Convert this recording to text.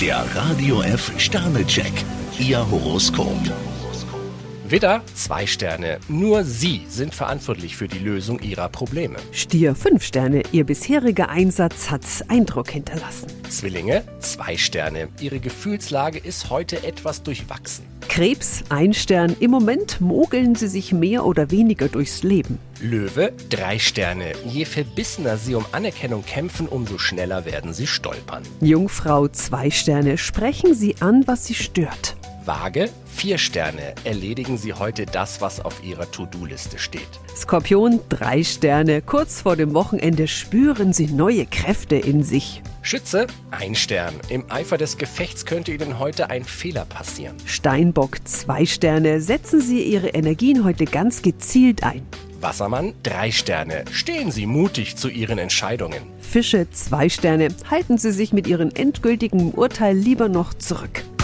Der Radio F Sternecheck, Ihr Horoskop. Widder, zwei Sterne. Nur Sie sind verantwortlich für die Lösung Ihrer Probleme. Stier 5 Sterne, Ihr bisheriger Einsatz hat Eindruck hinterlassen. Zwillinge, zwei Sterne. Ihre Gefühlslage ist heute etwas durchwachsen. Krebs 1 Stern, im Moment mogeln Sie sich mehr oder weniger durchs Leben. Löwe, drei Sterne. Je verbissener Sie um Anerkennung kämpfen, umso schneller werden Sie stolpern. Jungfrau 2 Sterne, sprechen Sie an, was Sie stört. Waage, vier Sterne. Erledigen Sie heute das, was auf Ihrer To-Do-Liste steht. Skorpion 3 Sterne, kurz vor dem Wochenende spüren Sie neue Kräfte in sich. Schütze, ein Stern. Im Eifer des Gefechts könnte Ihnen heute ein Fehler passieren. Steinbock 2 Sterne, setzen Sie Ihre Energien heute ganz gezielt ein. Wassermann, drei Sterne. Stehen Sie mutig zu Ihren Entscheidungen. Fische 2 Sterne, halten Sie sich mit Ihrem endgültigen Urteil lieber noch zurück.